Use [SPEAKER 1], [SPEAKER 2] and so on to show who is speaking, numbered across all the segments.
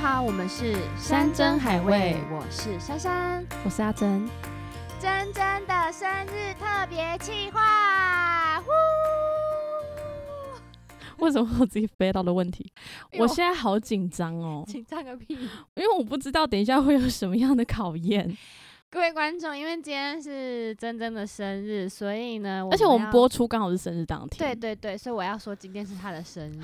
[SPEAKER 1] 好，我们是
[SPEAKER 2] 山珍海味
[SPEAKER 1] 我是珊珊，
[SPEAKER 2] 我是阿珍，
[SPEAKER 1] 珍珍的生日特别企划。呼
[SPEAKER 2] 为什么我自己飞到的问题？
[SPEAKER 1] 哎呦
[SPEAKER 2] 我现在好紧张哦，
[SPEAKER 1] 请唱个屁！
[SPEAKER 2] 因为我不知道等一下会有什么样的考验，
[SPEAKER 1] 各位观众，因为今天是珍珍的生日，所以呢，
[SPEAKER 2] 而且 我们
[SPEAKER 1] 要
[SPEAKER 2] 播出刚好是生日当天，
[SPEAKER 1] 对对对，所以我要说今天是她的生 日，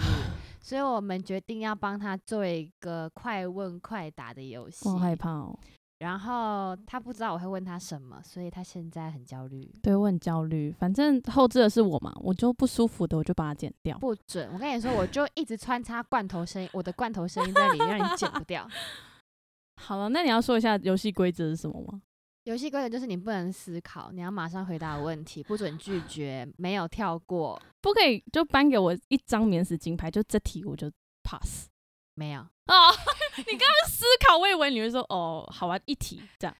[SPEAKER 1] 所以我们决定要帮她做一个快问快答的游戏
[SPEAKER 2] 我。好害怕哦，
[SPEAKER 1] 然后她不知道我会问她什么，所以她现在很焦虑。
[SPEAKER 2] 对我很焦虑。反正后置的是我嘛，我就不舒服的我就把它剪掉。
[SPEAKER 1] 不准！我跟你说，我就一直穿插罐头声音，我的罐头声音在里面，让你剪不掉。
[SPEAKER 2] 好了，那你要说一下游戏规则是什么吗？
[SPEAKER 1] 游戏规则就是你不能思考，你要马上回答我问题，不准拒绝，没有跳过，
[SPEAKER 2] 不可以就颁给我一张免死金牌，就这题我就 pass。
[SPEAKER 1] 没有，
[SPEAKER 2] 哦，你刚刚思考，我以为你会说哦，好啊，一题这样。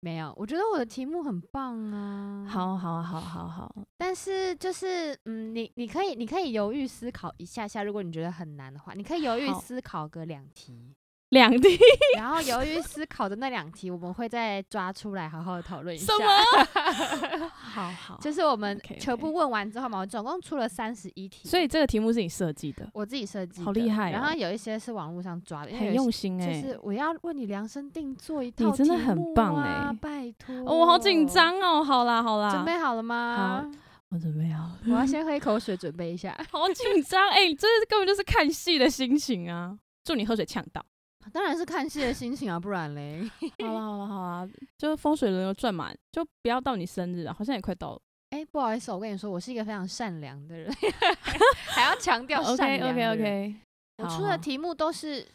[SPEAKER 1] 没有。我觉得我的题目很棒啊。，
[SPEAKER 2] 好好好好好，
[SPEAKER 1] 但是就是嗯，你你可以你可以犹豫思考一下下，如果你觉得很难的话，你可以犹豫
[SPEAKER 2] 好
[SPEAKER 1] 思考个两题，
[SPEAKER 2] 两 题
[SPEAKER 1] 然后犹豫思考的那两题，我们会再抓出来好好讨论一下
[SPEAKER 2] 什。么？好好，
[SPEAKER 1] 就是我们
[SPEAKER 2] OK，OK
[SPEAKER 1] 全部问完之后嘛，我总共出了三十一题，
[SPEAKER 2] 所以这个题目是你设计的，
[SPEAKER 1] 我自己设计的，
[SPEAKER 2] 好厉害
[SPEAKER 1] 然
[SPEAKER 2] 哦
[SPEAKER 1] 后有一些是网络上抓的，因为
[SPEAKER 2] 很
[SPEAKER 1] 有一
[SPEAKER 2] 用
[SPEAKER 1] 些
[SPEAKER 2] 心哎、
[SPEAKER 1] 就是我要为你量身定做一套、题
[SPEAKER 2] 真的很
[SPEAKER 1] 目
[SPEAKER 2] 棒
[SPEAKER 1] 啊
[SPEAKER 2] 欸
[SPEAKER 1] 拜托、
[SPEAKER 2] 哦，我好紧、张哦。好啦好啦，
[SPEAKER 1] 准备好了吗？
[SPEAKER 2] 我准备好了，
[SPEAKER 1] 我要先喝一口水，准备一下。
[SPEAKER 2] 好紧张哎，这根本就是看戏的心情啊！祝你喝水呛 到。
[SPEAKER 1] 当然是看戏的心情啊，不然嘞。
[SPEAKER 2] 好啦好啦好啦，就是风水轮流转嘛，就不要到你生日啊，好像也快到了。
[SPEAKER 1] 哎、不好意思，我跟你说，我是一个非常善良的人， 还要强调善
[SPEAKER 2] OK
[SPEAKER 1] 良
[SPEAKER 2] OK
[SPEAKER 1] 的人
[SPEAKER 2] OK，
[SPEAKER 1] 我出的题目都是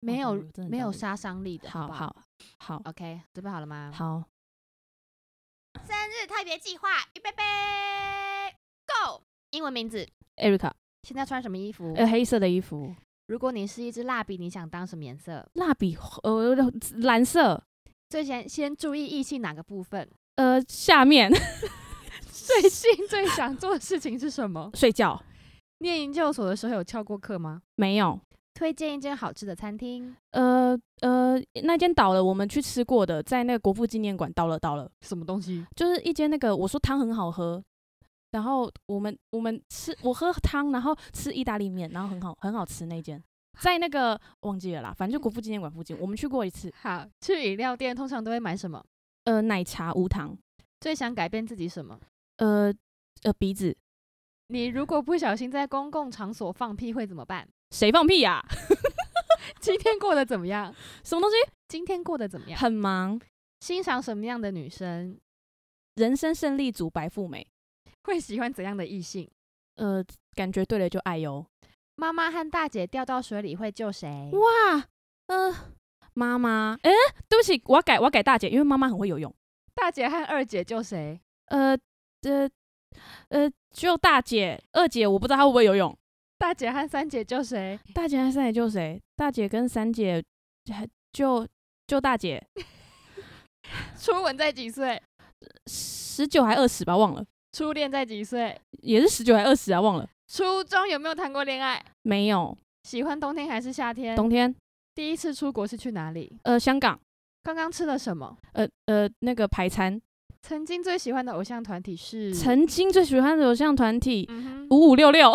[SPEAKER 1] 没有没有杀伤力的，
[SPEAKER 2] 好
[SPEAKER 1] 不
[SPEAKER 2] 好好
[SPEAKER 1] OK，准备好了吗？
[SPEAKER 2] 好，
[SPEAKER 1] 生日特别计划，预备备，Go！英文名字，
[SPEAKER 2] ，Erica，
[SPEAKER 1] 现在穿什么衣服？
[SPEAKER 2] 呃，黑色的衣服，
[SPEAKER 1] 如果你是一支蜡笔，你想当什么颜色？
[SPEAKER 2] 蜡笔，呃，蓝色，
[SPEAKER 1] 最先先注意异性哪个部分？
[SPEAKER 2] 呃，下面？
[SPEAKER 1] 最近最想做的事情是什么
[SPEAKER 2] 睡觉
[SPEAKER 1] 念研究所的时候有翘过课吗？
[SPEAKER 2] 没有。
[SPEAKER 1] 推荐一间好吃的餐厅。
[SPEAKER 2] 呃呃，那间倒了，我们去吃过的，在那个国父纪念馆倒了倒了，
[SPEAKER 1] 什么东西？
[SPEAKER 2] 就是一间那个我说汤很好喝，然后我们我们吃我喝汤，然后吃意大利面，然后很好很好吃那间，在那个忘记了啦，反正就国父纪念馆附近，我们去过一次。
[SPEAKER 1] 好，去饮料店通常都会买什么？
[SPEAKER 2] 呃，奶茶无糖，
[SPEAKER 1] 最想改变自己什么？
[SPEAKER 2] 呃呃鼻子，
[SPEAKER 1] 你如果不小心在公共场所放屁会怎么办？
[SPEAKER 2] 谁放屁呀、
[SPEAKER 1] 今天过得怎么样？
[SPEAKER 2] 什么东西？
[SPEAKER 1] 今天过得怎 么样？
[SPEAKER 2] 很忙，
[SPEAKER 1] 欣赏什么样的女生？
[SPEAKER 2] 人生胜利组白富美，
[SPEAKER 1] 会喜欢怎样的异性？
[SPEAKER 2] 呃，感觉对了就爱哟。
[SPEAKER 1] 妈妈和大姐掉到水里会救谁？
[SPEAKER 2] 哇，呃，妈妈，哎、对不起，我要改，我要改大姐，因为妈妈很会游泳。
[SPEAKER 1] 大姐和二姐救谁？
[SPEAKER 2] 呃呃呃，就大姐、二姐，我不知道她会不会游泳。
[SPEAKER 1] 大姐和三姐救谁？
[SPEAKER 2] 大姐还是三姐救谁？大姐跟三姐还救救大姐，
[SPEAKER 1] 初吻在几岁？
[SPEAKER 2] 十九还二十吧，忘了，
[SPEAKER 1] 初恋在几岁？
[SPEAKER 2] 也是十九还二十啊，忘了。
[SPEAKER 1] 初中有没有谈过恋爱？
[SPEAKER 2] 没有，
[SPEAKER 1] 喜欢冬天还是夏天？
[SPEAKER 2] 冬天，
[SPEAKER 1] 第一次出国是去哪里？
[SPEAKER 2] 呃，香港，
[SPEAKER 1] 刚刚吃了什么？
[SPEAKER 2] 呃呃，那个排餐，
[SPEAKER 1] 曾经最喜欢的偶像团体是？
[SPEAKER 2] 曾经最喜欢的偶像团体
[SPEAKER 1] 嗯哼。
[SPEAKER 2] 五五六六，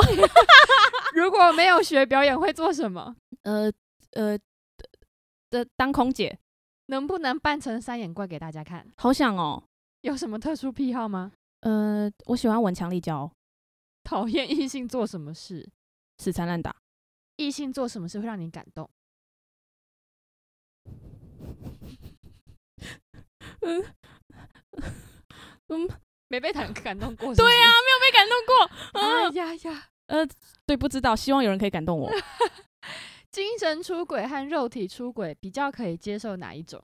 [SPEAKER 1] 如果没有学表演会做什么？
[SPEAKER 2] 呃呃的当空姐，
[SPEAKER 1] 能不能扮成三眼怪给大家看？
[SPEAKER 2] 好想哦，
[SPEAKER 1] 有什么特殊癖好吗？
[SPEAKER 2] 呃，我喜欢闻强力胶，
[SPEAKER 1] 讨厌异性做什么事？
[SPEAKER 2] 死缠烂打。
[SPEAKER 1] 异性做什么事会让你感动？
[SPEAKER 2] 嗯，嗯，
[SPEAKER 1] 没被 感感动过
[SPEAKER 2] 对啊，嗯没有被感动过。
[SPEAKER 1] 啊，哎呀呀！
[SPEAKER 2] 对，不知道，希望有人可以感动 我。
[SPEAKER 1] 精神出轨和肉体出轨比较可以接受哪一种？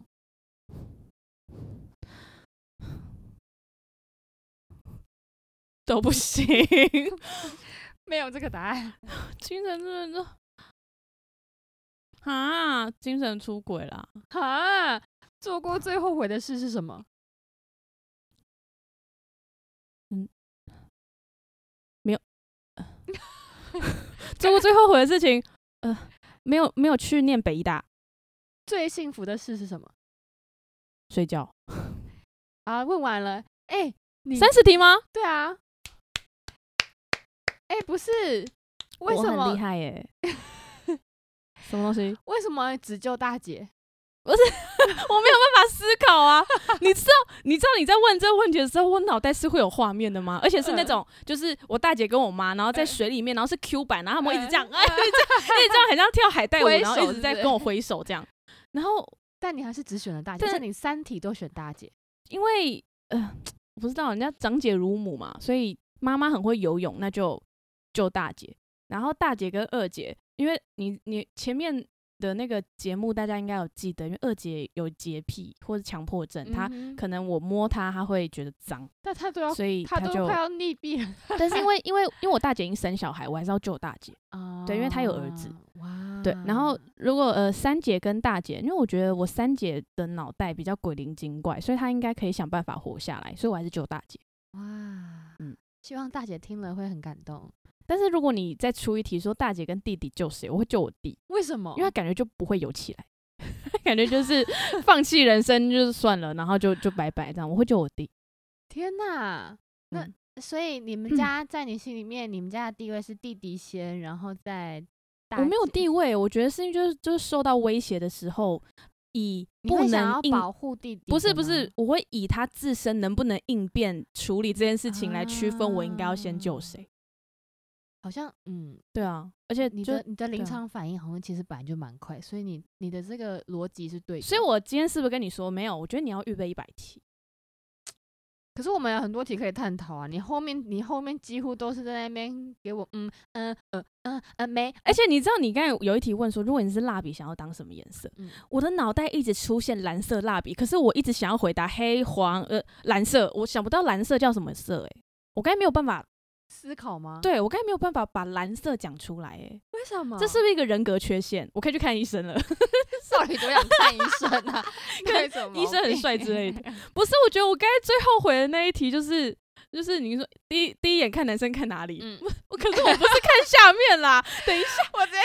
[SPEAKER 2] 都不行，
[SPEAKER 1] 没有这个答 案。
[SPEAKER 2] 精神真的啊，精神出轨 啦。
[SPEAKER 1] 啊，做过最后悔的事是什么？
[SPEAKER 2] 做过最后悔的事情，呃没有没有去念北医大
[SPEAKER 1] 最幸福的事是什么？
[SPEAKER 2] 睡觉。
[SPEAKER 1] 啊，问完了，哎、你
[SPEAKER 2] 三十题吗？
[SPEAKER 1] 对啊，哎、不是，为
[SPEAKER 2] 我
[SPEAKER 1] 什
[SPEAKER 2] 很厉
[SPEAKER 1] 么？
[SPEAKER 2] 害 耶、什么东西？
[SPEAKER 1] 为什么只救大姐？
[SPEAKER 2] 我没有办法思考啊！ 你知道，你知道你在问这个问题的时候，我脑袋是会有画面的吗？而且是那种，就是我大姐跟我妈，然后在水里面，然后是 Q 版，然后他们会一直这
[SPEAKER 1] 嗯
[SPEAKER 2] 样，哎，一直这样，一直这样，很像跳海带舞，
[SPEAKER 1] 挥手
[SPEAKER 2] 然后一直在
[SPEAKER 1] 是不是
[SPEAKER 2] 跟我挥手这样。然后
[SPEAKER 1] 但你还是只选了大姐，而且
[SPEAKER 2] 但
[SPEAKER 1] 你三题都选大姐，
[SPEAKER 2] 因为呃，我不知道人家长姐如母嘛，所以妈妈很会游泳，那就救大姐。然后大姐跟二姐，因为你你前面的那个节目大家应该有记得，因为二姐有洁癖或者强迫症，她
[SPEAKER 1] 嗯哼
[SPEAKER 2] 可能我摸她，她会觉得脏，
[SPEAKER 1] 但她都要，
[SPEAKER 2] 所以
[SPEAKER 1] 她
[SPEAKER 2] 她
[SPEAKER 1] 哦都
[SPEAKER 2] 就
[SPEAKER 1] 快。要溺毙了。
[SPEAKER 2] 但 是因为因为因为我大姐已经生小孩，我还是要救大姐。
[SPEAKER 1] 啊
[SPEAKER 2] 对因为她有儿子。
[SPEAKER 1] 哇，
[SPEAKER 2] 哦对，然
[SPEAKER 1] 嗯
[SPEAKER 2] 后如果呃三姐跟大姐，因为我觉得我三姐的脑袋比较鬼灵精怪，所以她应该可以想办法活下来，所以我还是救大姐。
[SPEAKER 1] 哇，
[SPEAKER 2] 嗯
[SPEAKER 1] 希望大姐听了会很感动。
[SPEAKER 2] 但是如果你再出一题说大姐跟弟弟救谁，我会救我弟，
[SPEAKER 1] 为什么？
[SPEAKER 2] 因为他感觉就不会游起来， 感 觉就是放弃人生就是算了，然后就就拜拜这样。我会救我弟，
[SPEAKER 1] 天哪，那、
[SPEAKER 2] 嗯
[SPEAKER 1] 所以你们
[SPEAKER 2] 嗯
[SPEAKER 1] 家在你心里面，你们家的地位是弟弟先，然后再大
[SPEAKER 2] 我没有
[SPEAKER 1] 姐
[SPEAKER 2] 地位，我觉得是就是就是受到威胁的时候，以
[SPEAKER 1] 你
[SPEAKER 2] 不
[SPEAKER 1] 会想
[SPEAKER 2] 能
[SPEAKER 1] 要
[SPEAKER 2] 应
[SPEAKER 1] 保护弟弟，
[SPEAKER 2] 不是不是，，我会以他自身能不能应变处理这件事情来区分我应该要先救
[SPEAKER 1] 啊
[SPEAKER 2] 谁。
[SPEAKER 1] 好像嗯，
[SPEAKER 2] 对啊，而且
[SPEAKER 1] 你
[SPEAKER 2] 就
[SPEAKER 1] 的你的临
[SPEAKER 2] 对啊
[SPEAKER 1] 场反应好像其实本来就蛮快，所以你你的这个逻辑是对的。
[SPEAKER 2] 所以我今天是不是跟你说没有？我觉得你要预备一百题。
[SPEAKER 1] 可是我们有很多题可以探讨啊，你后面你后面几乎都是在那边给我嗯嗯呃嗯呃没，
[SPEAKER 2] 而且你知道，你刚才有一题问说，如果你是蜡笔，想要当什么颜色？
[SPEAKER 1] 嗯
[SPEAKER 2] 我的脑袋一直出现蓝色蜡笔，可是我一直想要回答黑黄呃蓝色，我想不到蓝色叫什么色诶、我刚才没有办法，
[SPEAKER 1] 啊思考吗？，
[SPEAKER 2] 对我刚才没有办法把蓝色讲出来诶、
[SPEAKER 1] 为什么？
[SPEAKER 2] 这是不是一个人格缺陷？我可以去看医生了，
[SPEAKER 1] 少女多想看医生 啊，
[SPEAKER 2] 看
[SPEAKER 1] 什么
[SPEAKER 2] 医生很
[SPEAKER 1] 病
[SPEAKER 2] 帅 之类的。不是，我觉得我刚才最后悔的那一题就是就是你说第一第一眼看男生看哪里？
[SPEAKER 1] 嗯，
[SPEAKER 2] 我可是我不是看下面啦， 等一下。
[SPEAKER 1] 我直接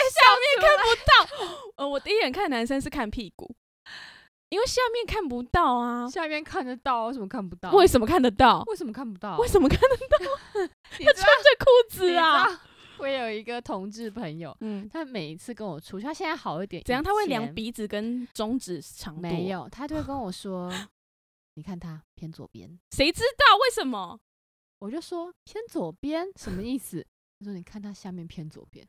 [SPEAKER 2] 呃，我第一眼看男生是看屁股，因为下面看不到啊。
[SPEAKER 1] 下面看得到，为什么看不到？
[SPEAKER 2] 为什么看得到？
[SPEAKER 1] 为什么看不到？
[SPEAKER 2] 为什么看得
[SPEAKER 1] 啊你
[SPEAKER 2] 到？
[SPEAKER 1] 知
[SPEAKER 2] 穿着裤
[SPEAKER 1] 道
[SPEAKER 2] 子啊。！
[SPEAKER 1] 你知道我有一个同志朋友，
[SPEAKER 2] 嗯，
[SPEAKER 1] 他每一次跟我出去，他现在好一点。
[SPEAKER 2] 怎样？他会
[SPEAKER 1] 以
[SPEAKER 2] 量
[SPEAKER 1] 前
[SPEAKER 2] 鼻子跟中指长度？哦
[SPEAKER 1] 没，有，他就会跟我说：“ 你看他偏左边。
[SPEAKER 2] 谁知道为什么？”
[SPEAKER 1] 我就说：“偏左边什么意思？”他说：“你看他下面偏左边。”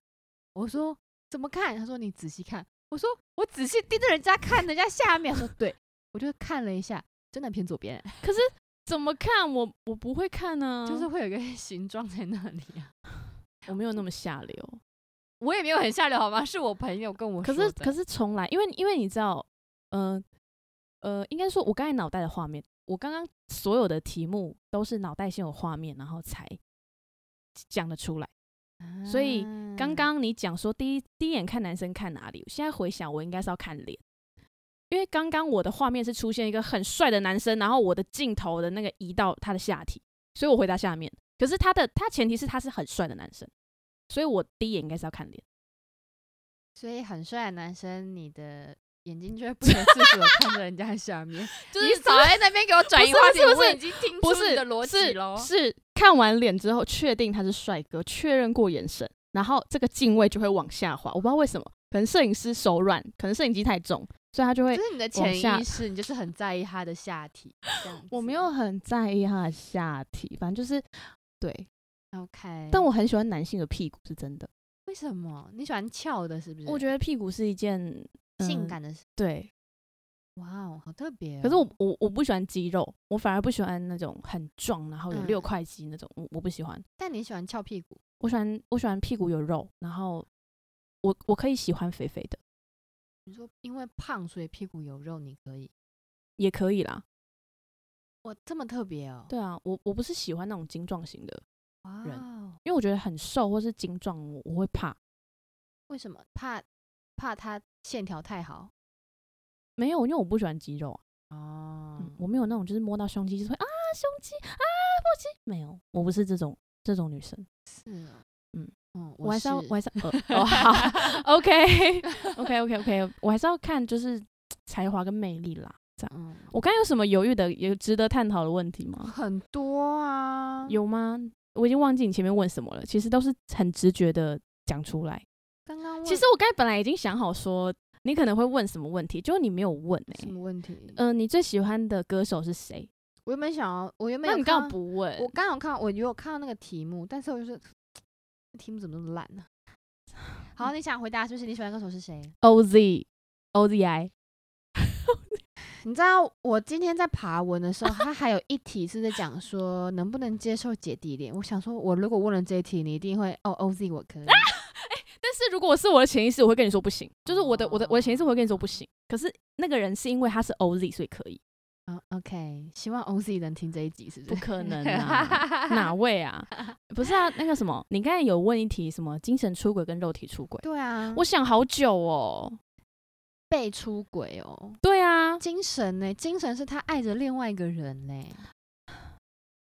[SPEAKER 1] 我说：“怎么看？”他说：“你仔细看。”我说：“我仔细盯着人家看，人家下面。”他说：“对。”我就看了一下，真的偏左 边，欸
[SPEAKER 2] 可是怎么看我我不会看呢、
[SPEAKER 1] 就是会有一个 形状在那里啊。
[SPEAKER 2] 我没有那么下流。
[SPEAKER 1] 我也没有很下流，好吗？是我朋友跟我
[SPEAKER 2] 可
[SPEAKER 1] 说
[SPEAKER 2] 是
[SPEAKER 1] 的。
[SPEAKER 2] 可是从来，因为因为你知道，呃呃，应该说我刚才脑袋的画面，我刚刚所有的题目都是脑袋先有画面，然后才讲得出来。
[SPEAKER 1] 是
[SPEAKER 2] 所以
[SPEAKER 1] 嗯
[SPEAKER 2] 刚刚你讲说第一第一眼看男生看哪里，现在回想我应该是要看脸，因为刚刚我的画面是出现一个很帅的男生，然后我的镜头的那个移到他的下体，所以我回答下面。可是他的他前提是他是很帅的男生，所以我第一眼应该是要看脸。
[SPEAKER 1] 所以很帅的男生，你的眼睛就会不由自主的看着人家的下面。
[SPEAKER 2] 就是
[SPEAKER 1] 你少在那边给我转移
[SPEAKER 2] 不是
[SPEAKER 1] 话题，
[SPEAKER 2] 不是不
[SPEAKER 1] 我
[SPEAKER 2] 是
[SPEAKER 1] 已经听
[SPEAKER 2] 不
[SPEAKER 1] 出
[SPEAKER 2] 是
[SPEAKER 1] 你的逻辑
[SPEAKER 2] 是
[SPEAKER 1] 喽。
[SPEAKER 2] 是看完脸之后确定他是帅哥，确认过眼神，然后这个镜位就会往下滑。我不知道为什么，可能摄影师手软，可能摄影机太重，所以他就会
[SPEAKER 1] 这。是你的潜意识，你就是很在意他的下体。这样子
[SPEAKER 2] 我没有很在意他的下体，反正就是对，
[SPEAKER 1] OK，
[SPEAKER 2] 但我很喜欢男性的屁股，是真的。
[SPEAKER 1] 为什么你喜欢翘的？是不是？
[SPEAKER 2] 我觉得屁股是一件、
[SPEAKER 1] 得性
[SPEAKER 2] 嗯，
[SPEAKER 1] 感的是，
[SPEAKER 2] 对。
[SPEAKER 1] 哇哦，好特别哦。
[SPEAKER 2] 可是我我我不喜欢肌肉，我反而不喜欢那种很壮，然后有
[SPEAKER 1] 嗯
[SPEAKER 2] 六块肌那种，我我不喜欢。
[SPEAKER 1] 但你喜欢翘屁股，
[SPEAKER 2] 我喜欢我喜欢屁股有肉，然后我我可以喜欢肥肥的。
[SPEAKER 1] 你说因为胖所以屁股有肉，你可以。
[SPEAKER 2] 也可以啦。
[SPEAKER 1] 哇，这么特别哦。
[SPEAKER 2] 对啊，我我不是喜欢那种精壮型的，
[SPEAKER 1] 哇
[SPEAKER 2] 人
[SPEAKER 1] 哦，
[SPEAKER 2] 因为我觉得很瘦或是精壮，我我会怕。
[SPEAKER 1] 为什么怕怕他线条太好？
[SPEAKER 2] 没有，因为我不喜欢肌肉啊，
[SPEAKER 1] 哦
[SPEAKER 2] 嗯，我没有那种就是摸到胸肌就是会啊胸肌啊腹肌，没有，我不是这种这种女生。
[SPEAKER 1] 是哦，
[SPEAKER 2] 嗯，
[SPEAKER 1] 嗯，
[SPEAKER 2] 我还是要，
[SPEAKER 1] 是
[SPEAKER 2] 我还是要，呃哦 好 ，OK，OK，OK，OK，我还是要看就是才华跟魅力啦。
[SPEAKER 1] 嗯，
[SPEAKER 2] 我刚有什么犹豫的，有值得探讨的问题吗？
[SPEAKER 1] 很多啊，
[SPEAKER 2] 有吗？我已经忘记你前面问什么了，其实都是很直觉的讲出来。
[SPEAKER 1] 刚刚问
[SPEAKER 2] 其实我刚才本来已经想好说你可能会问什么问题，结果你没有问哎、
[SPEAKER 1] 什么问题？
[SPEAKER 2] 嗯、你最喜欢的歌手是谁？
[SPEAKER 1] 我原本想要，我原本
[SPEAKER 2] 那
[SPEAKER 1] 有
[SPEAKER 2] 你
[SPEAKER 1] 看
[SPEAKER 2] 刚刚
[SPEAKER 1] 到
[SPEAKER 2] 不问
[SPEAKER 1] 我，刚好看到，我有看到那个题目，但是我就是题目怎么那么烂呢、嗯好，
[SPEAKER 2] 哦
[SPEAKER 1] 你想回答就是你喜欢的歌手是谁？
[SPEAKER 2] OZ OZI，
[SPEAKER 1] 你知道我今天在爬文的时候，他还有一题是在 讲说能不能接受姐弟恋。我想说，我如果问了这一题，你一定会哦，OZ 我可以。
[SPEAKER 2] 但是如果是我的潜意识，我会跟你说不行，就是我的我的我的潜意识我会跟你说不行。可是那个人是因为他是 OZ，所以可以，
[SPEAKER 1] 啊、o k 希望 OZ 能听这一集，是不
[SPEAKER 2] 不
[SPEAKER 1] 是？？
[SPEAKER 2] 可能啊 哪位啊？不是啊，那个什么，你刚才有问一题什么精神出轨跟肉体出轨，
[SPEAKER 1] 对啊，
[SPEAKER 2] 我想好久哦。
[SPEAKER 1] 被出轨哦，
[SPEAKER 2] 对啊，
[SPEAKER 1] 精神呢、精神是他爱着另外一个人呢、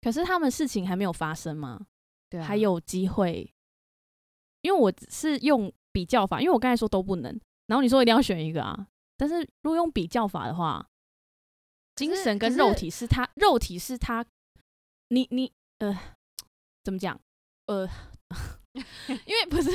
[SPEAKER 2] 可是他们事情还没有发生吗？
[SPEAKER 1] 对啊，
[SPEAKER 2] 还有机会，因为我只是用比较法，因为我刚才说都不能，然后你说一定要选一个啊。但是如果用比较法的话，精神跟肉体是他，肉体是他，你你呃，怎么讲？ 呃，因为不是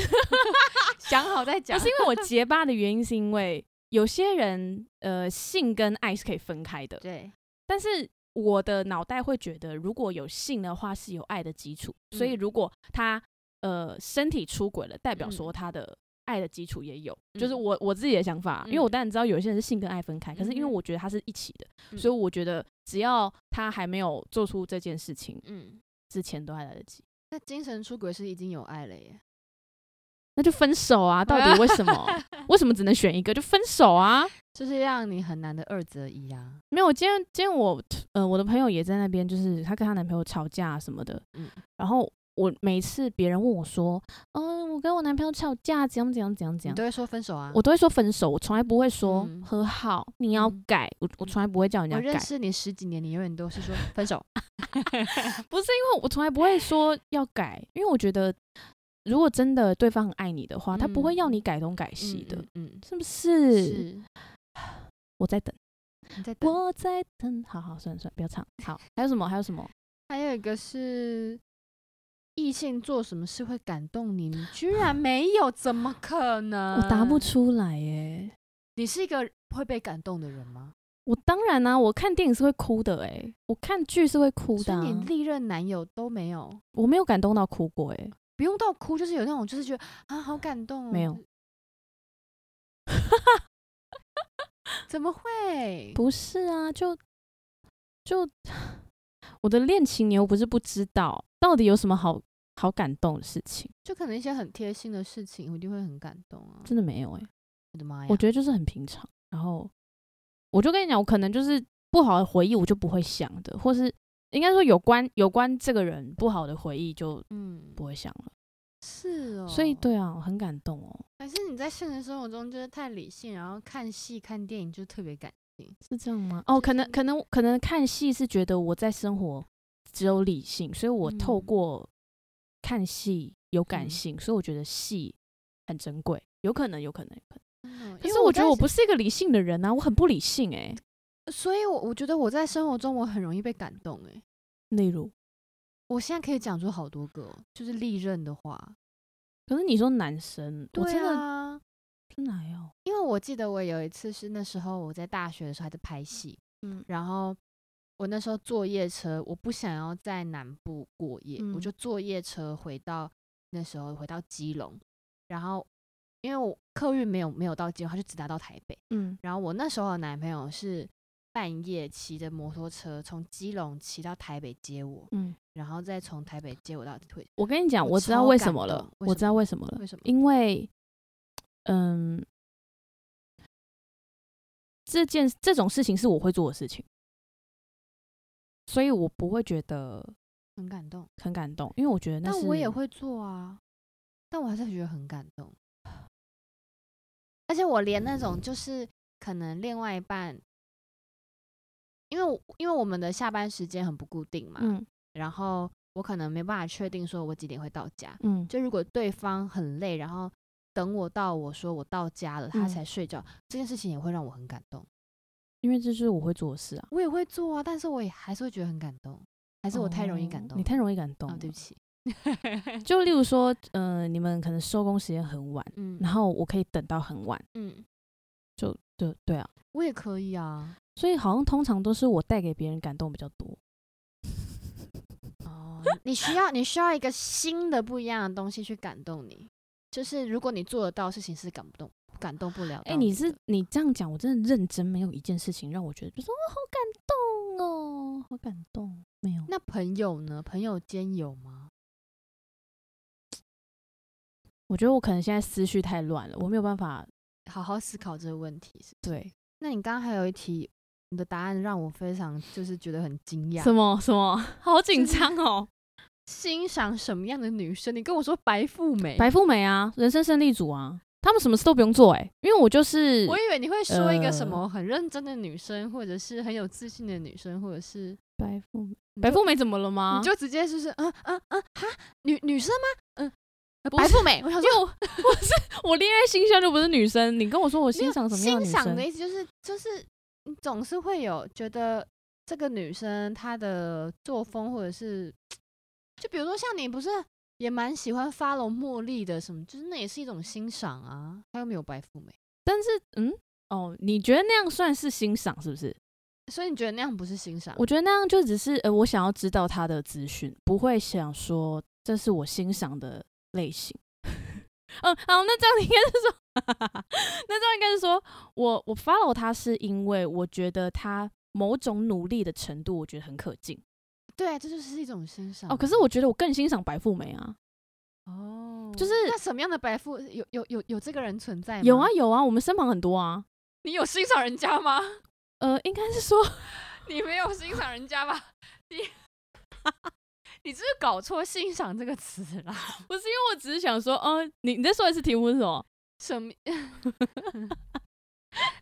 [SPEAKER 1] 想好再
[SPEAKER 2] 不
[SPEAKER 1] 讲，
[SPEAKER 2] 是因为我结巴的原因，是因为有些人呃性跟爱是可以分开的，
[SPEAKER 1] 对，
[SPEAKER 2] 但是我的脑袋会觉得，如果有性的话是有爱的基础，所以
[SPEAKER 1] 嗯
[SPEAKER 2] 如果他呃身体出轨了，代表
[SPEAKER 1] 嗯
[SPEAKER 2] 说他的爱的基础也有，就是
[SPEAKER 1] 嗯
[SPEAKER 2] 我我自己的想法，因为我
[SPEAKER 1] 嗯
[SPEAKER 2] 当然知道有一些人是性跟爱分开，可是因为
[SPEAKER 1] 嗯哼嗯
[SPEAKER 2] 我觉得它是一起的，所以我觉得只要他还没有做出这件事情
[SPEAKER 1] 嗯，
[SPEAKER 2] 之前都还来得及，
[SPEAKER 1] 那精神出轨是已经有爱了耶，
[SPEAKER 2] 那就分手啊！到底为什 么？为什么只能选一个？就分手啊！
[SPEAKER 1] 就是让你很难的二择一啊，
[SPEAKER 2] 没有，今天今天我呃我的朋友也在那边，就是她跟她男朋友吵架什么的，
[SPEAKER 1] 嗯
[SPEAKER 2] 然后我每次别人问我说，嗯、我跟我男朋友吵架，怎样怎样怎样怎
[SPEAKER 1] 你
[SPEAKER 2] 样，
[SPEAKER 1] 都会说分手啊，
[SPEAKER 2] 我都会说分手，我从来不会说、
[SPEAKER 1] 嗯
[SPEAKER 2] 和好，你要
[SPEAKER 1] 嗯
[SPEAKER 2] 改，我我从来不会叫人家
[SPEAKER 1] 我认
[SPEAKER 2] 改，
[SPEAKER 1] 识你十几年，你永远都是说分 手，
[SPEAKER 2] 不是因为我从来不会说要改，因为我觉得如果真的对方很爱你的话，他不会要你改东改西的，
[SPEAKER 1] 嗯，
[SPEAKER 2] 是不
[SPEAKER 1] 嗯，
[SPEAKER 2] 是？
[SPEAKER 1] 是，
[SPEAKER 2] 我在等，
[SPEAKER 1] 你在等。
[SPEAKER 2] 我在等，好好，算了算了，不要唱，好，还有什么？还有什么？
[SPEAKER 1] 还有一个是异性做什么事会感动你，你居 然没有，怎么可能？
[SPEAKER 2] 我答不。出来耶、
[SPEAKER 1] 你是一个会被感动的人吗？
[SPEAKER 2] 我当然啦、我看电影是会哭的哎、我看剧是会哭
[SPEAKER 1] 所
[SPEAKER 2] 的、
[SPEAKER 1] 以
[SPEAKER 2] 啊，
[SPEAKER 1] 你历任男友都没有，
[SPEAKER 2] 我没有感动到哭过哎、
[SPEAKER 1] 不用到哭，就是有那种就是觉得啊好感动、哦，哦
[SPEAKER 2] 没有，
[SPEAKER 1] 怎么会？
[SPEAKER 2] 不是啊，就就 我的恋情你又不是不知道，到底有什么好好感动的事情？
[SPEAKER 1] 就可能一些很贴心的事情，我一定会很感动啊！
[SPEAKER 2] 真的没有哎、
[SPEAKER 1] 我的妈呀，
[SPEAKER 2] 我觉得就是很平常。然后我就跟你讲，我可能就是不好的回忆，我就不会想的，或是应该说有关有关这个人不好的回忆就
[SPEAKER 1] 嗯，
[SPEAKER 2] 不会想了。
[SPEAKER 1] 是哦，
[SPEAKER 2] 所以对啊，我很感动哦，
[SPEAKER 1] 还是你在现实生活中就是太理性，然后看戏、看电影就特别感性。
[SPEAKER 2] 是这样吗？哦，
[SPEAKER 1] 就
[SPEAKER 2] 可能
[SPEAKER 1] 是
[SPEAKER 2] 可能可能看戏是觉得我在生活只有理性，所以我透
[SPEAKER 1] 嗯
[SPEAKER 2] 过看戏有感
[SPEAKER 1] 嗯
[SPEAKER 2] 性，所以我觉得戏很珍贵，有可能，有可能，有可能。
[SPEAKER 1] 嗯
[SPEAKER 2] 可
[SPEAKER 1] 因
[SPEAKER 2] 是
[SPEAKER 1] 为
[SPEAKER 2] 我觉
[SPEAKER 1] 在
[SPEAKER 2] 得我
[SPEAKER 1] 想
[SPEAKER 2] 不是一个理性的人啊，我很不理性诶、
[SPEAKER 1] 所以我，我觉得我在生活中我很容易被感动、欸。
[SPEAKER 2] 例如，
[SPEAKER 1] 我现在可以讲出好多个哦，就是历任的话，
[SPEAKER 2] 可是你说男生，我
[SPEAKER 1] 对
[SPEAKER 2] 真的
[SPEAKER 1] 啊，
[SPEAKER 2] 真的还好，
[SPEAKER 1] 因为我记得我有一次是那时候我在大学的时候还在拍戏，
[SPEAKER 2] 嗯
[SPEAKER 1] 然后我那时候坐夜车，我不想要在南部过夜，我
[SPEAKER 2] 嗯
[SPEAKER 1] 就坐夜车回到那时候回到基隆，然后因为我客运没有没有到基隆，他就直达到台北。
[SPEAKER 2] 嗯，
[SPEAKER 1] 然后我那时候的男朋友是半夜骑着摩托车从基隆骑到台北接我，
[SPEAKER 2] 嗯，
[SPEAKER 1] 然后再从台北接我到退。
[SPEAKER 2] 我跟你讲，
[SPEAKER 1] 我
[SPEAKER 2] 我知道
[SPEAKER 1] 超
[SPEAKER 2] 为
[SPEAKER 1] 感
[SPEAKER 2] 什么了
[SPEAKER 1] 动，为
[SPEAKER 2] 我
[SPEAKER 1] 什
[SPEAKER 2] 知道
[SPEAKER 1] 么
[SPEAKER 2] 为什么了
[SPEAKER 1] 为，什么？
[SPEAKER 2] 因为，嗯，这件这种事情是我会做的事情，所以我不会觉得
[SPEAKER 1] 很感动，
[SPEAKER 2] 很感动，因为我觉得那
[SPEAKER 1] 但
[SPEAKER 2] 是
[SPEAKER 1] 我也会做啊，但我还是觉得很感动。而且我连那种就是可能另外一半，因为我因为我们的下班时间很不固定嘛，
[SPEAKER 2] 嗯
[SPEAKER 1] 然后我可能没办法确定说我几点会到家。
[SPEAKER 2] 嗯，
[SPEAKER 1] 就如果对方很累，然后等我到我说我到家了，他
[SPEAKER 2] 嗯
[SPEAKER 1] 才睡觉，这件事情也会让我很感动。
[SPEAKER 2] 因为这就是我会做的事啊，
[SPEAKER 1] 我也会做啊，但是我也还是会觉得很感动，还
[SPEAKER 2] 还
[SPEAKER 1] 是我太容易感动了？
[SPEAKER 2] 哦你太容易感动
[SPEAKER 1] 啊、
[SPEAKER 2] 了，
[SPEAKER 1] 对不起。
[SPEAKER 2] 就例如说，嗯，你们可能收工时间很晚，
[SPEAKER 1] 嗯
[SPEAKER 2] 然后我可以等到很晚，
[SPEAKER 1] 嗯，
[SPEAKER 2] 就对对啊，
[SPEAKER 1] 我也可以啊。
[SPEAKER 2] 所以好像通常都是我带给别人感动比较多。
[SPEAKER 1] 哦，你需要你需要一个新的不一样的东西去感动你，就是如果你做得到的事情是感不动感动不了到的。
[SPEAKER 2] 哎、你是你这样讲，我真的认真没有一件事情让我觉得就说哦，好感动哦，好感动，没有。
[SPEAKER 1] 那朋友呢？朋友间有吗？
[SPEAKER 2] 我觉得我可能现在思绪太乱了，我没有办法。
[SPEAKER 1] 好好思考这个问题是。
[SPEAKER 2] 对，
[SPEAKER 1] 那你刚刚还有一题，你的答案让我非常就是觉得很惊讶。
[SPEAKER 2] 什么 什么，好紧
[SPEAKER 1] 就是
[SPEAKER 2] 张哦。
[SPEAKER 1] 欣赏什么样的女生？你跟我说白富美，
[SPEAKER 2] 白富美啊，人生胜利组啊，他们什么事都不用做哎、因为我就是
[SPEAKER 1] 我以为你会说一个什
[SPEAKER 2] 呃
[SPEAKER 1] 么很认真的女生，或者是很有自信的女生，或者是
[SPEAKER 2] 白富美，
[SPEAKER 1] 你
[SPEAKER 2] 白
[SPEAKER 1] 就
[SPEAKER 2] 富美怎么了吗？
[SPEAKER 1] 你就直接就是嗯嗯嗯哈女女生吗？嗯，呃
[SPEAKER 2] 不
[SPEAKER 1] 白
[SPEAKER 2] 是
[SPEAKER 1] 富美，我想
[SPEAKER 2] 因
[SPEAKER 1] 说
[SPEAKER 2] 为我我是我恋爱形象就不是女生，你跟我说我
[SPEAKER 1] 没有
[SPEAKER 2] 欣赏什么
[SPEAKER 1] 欣
[SPEAKER 2] 样女生
[SPEAKER 1] 赏的？意思就是就是你总是会有觉得这个女生她的作风或者是就比如说像你不是也蛮喜欢 follow 茉莉的什么，就是那也是一种欣赏啊，她又没有白富美，
[SPEAKER 2] 但是嗯哦，你觉得那样算是欣赏是不是？
[SPEAKER 1] 所以你觉得那样不是欣赏？
[SPEAKER 2] 我觉得那样就只是呃，我想要知道他的资讯，不会想说这是我欣赏的类型。 嗯，好，那这样应该是说， 那这样应该是说我我 follow 他是因为我觉得他某种努力的程度，我觉得很可敬
[SPEAKER 1] 对啊，这就是一种欣赏
[SPEAKER 2] 哦。可是
[SPEAKER 1] 啊
[SPEAKER 2] 我觉得我更欣赏白富美啊，
[SPEAKER 1] 哦，
[SPEAKER 2] 就是
[SPEAKER 1] 那什么样的白富有有有有这个人存在吗？
[SPEAKER 2] 有啊，有啊，我们身旁很多啊。
[SPEAKER 1] 你有欣赏人家吗？
[SPEAKER 2] 呃，应该是说，
[SPEAKER 1] 你没有欣赏人家吧？ 你你是不是搞错“欣赏”这个词啦？
[SPEAKER 2] 不是因为我只是想说，哦、你你再说一次题目是什么？
[SPEAKER 1] 什 么？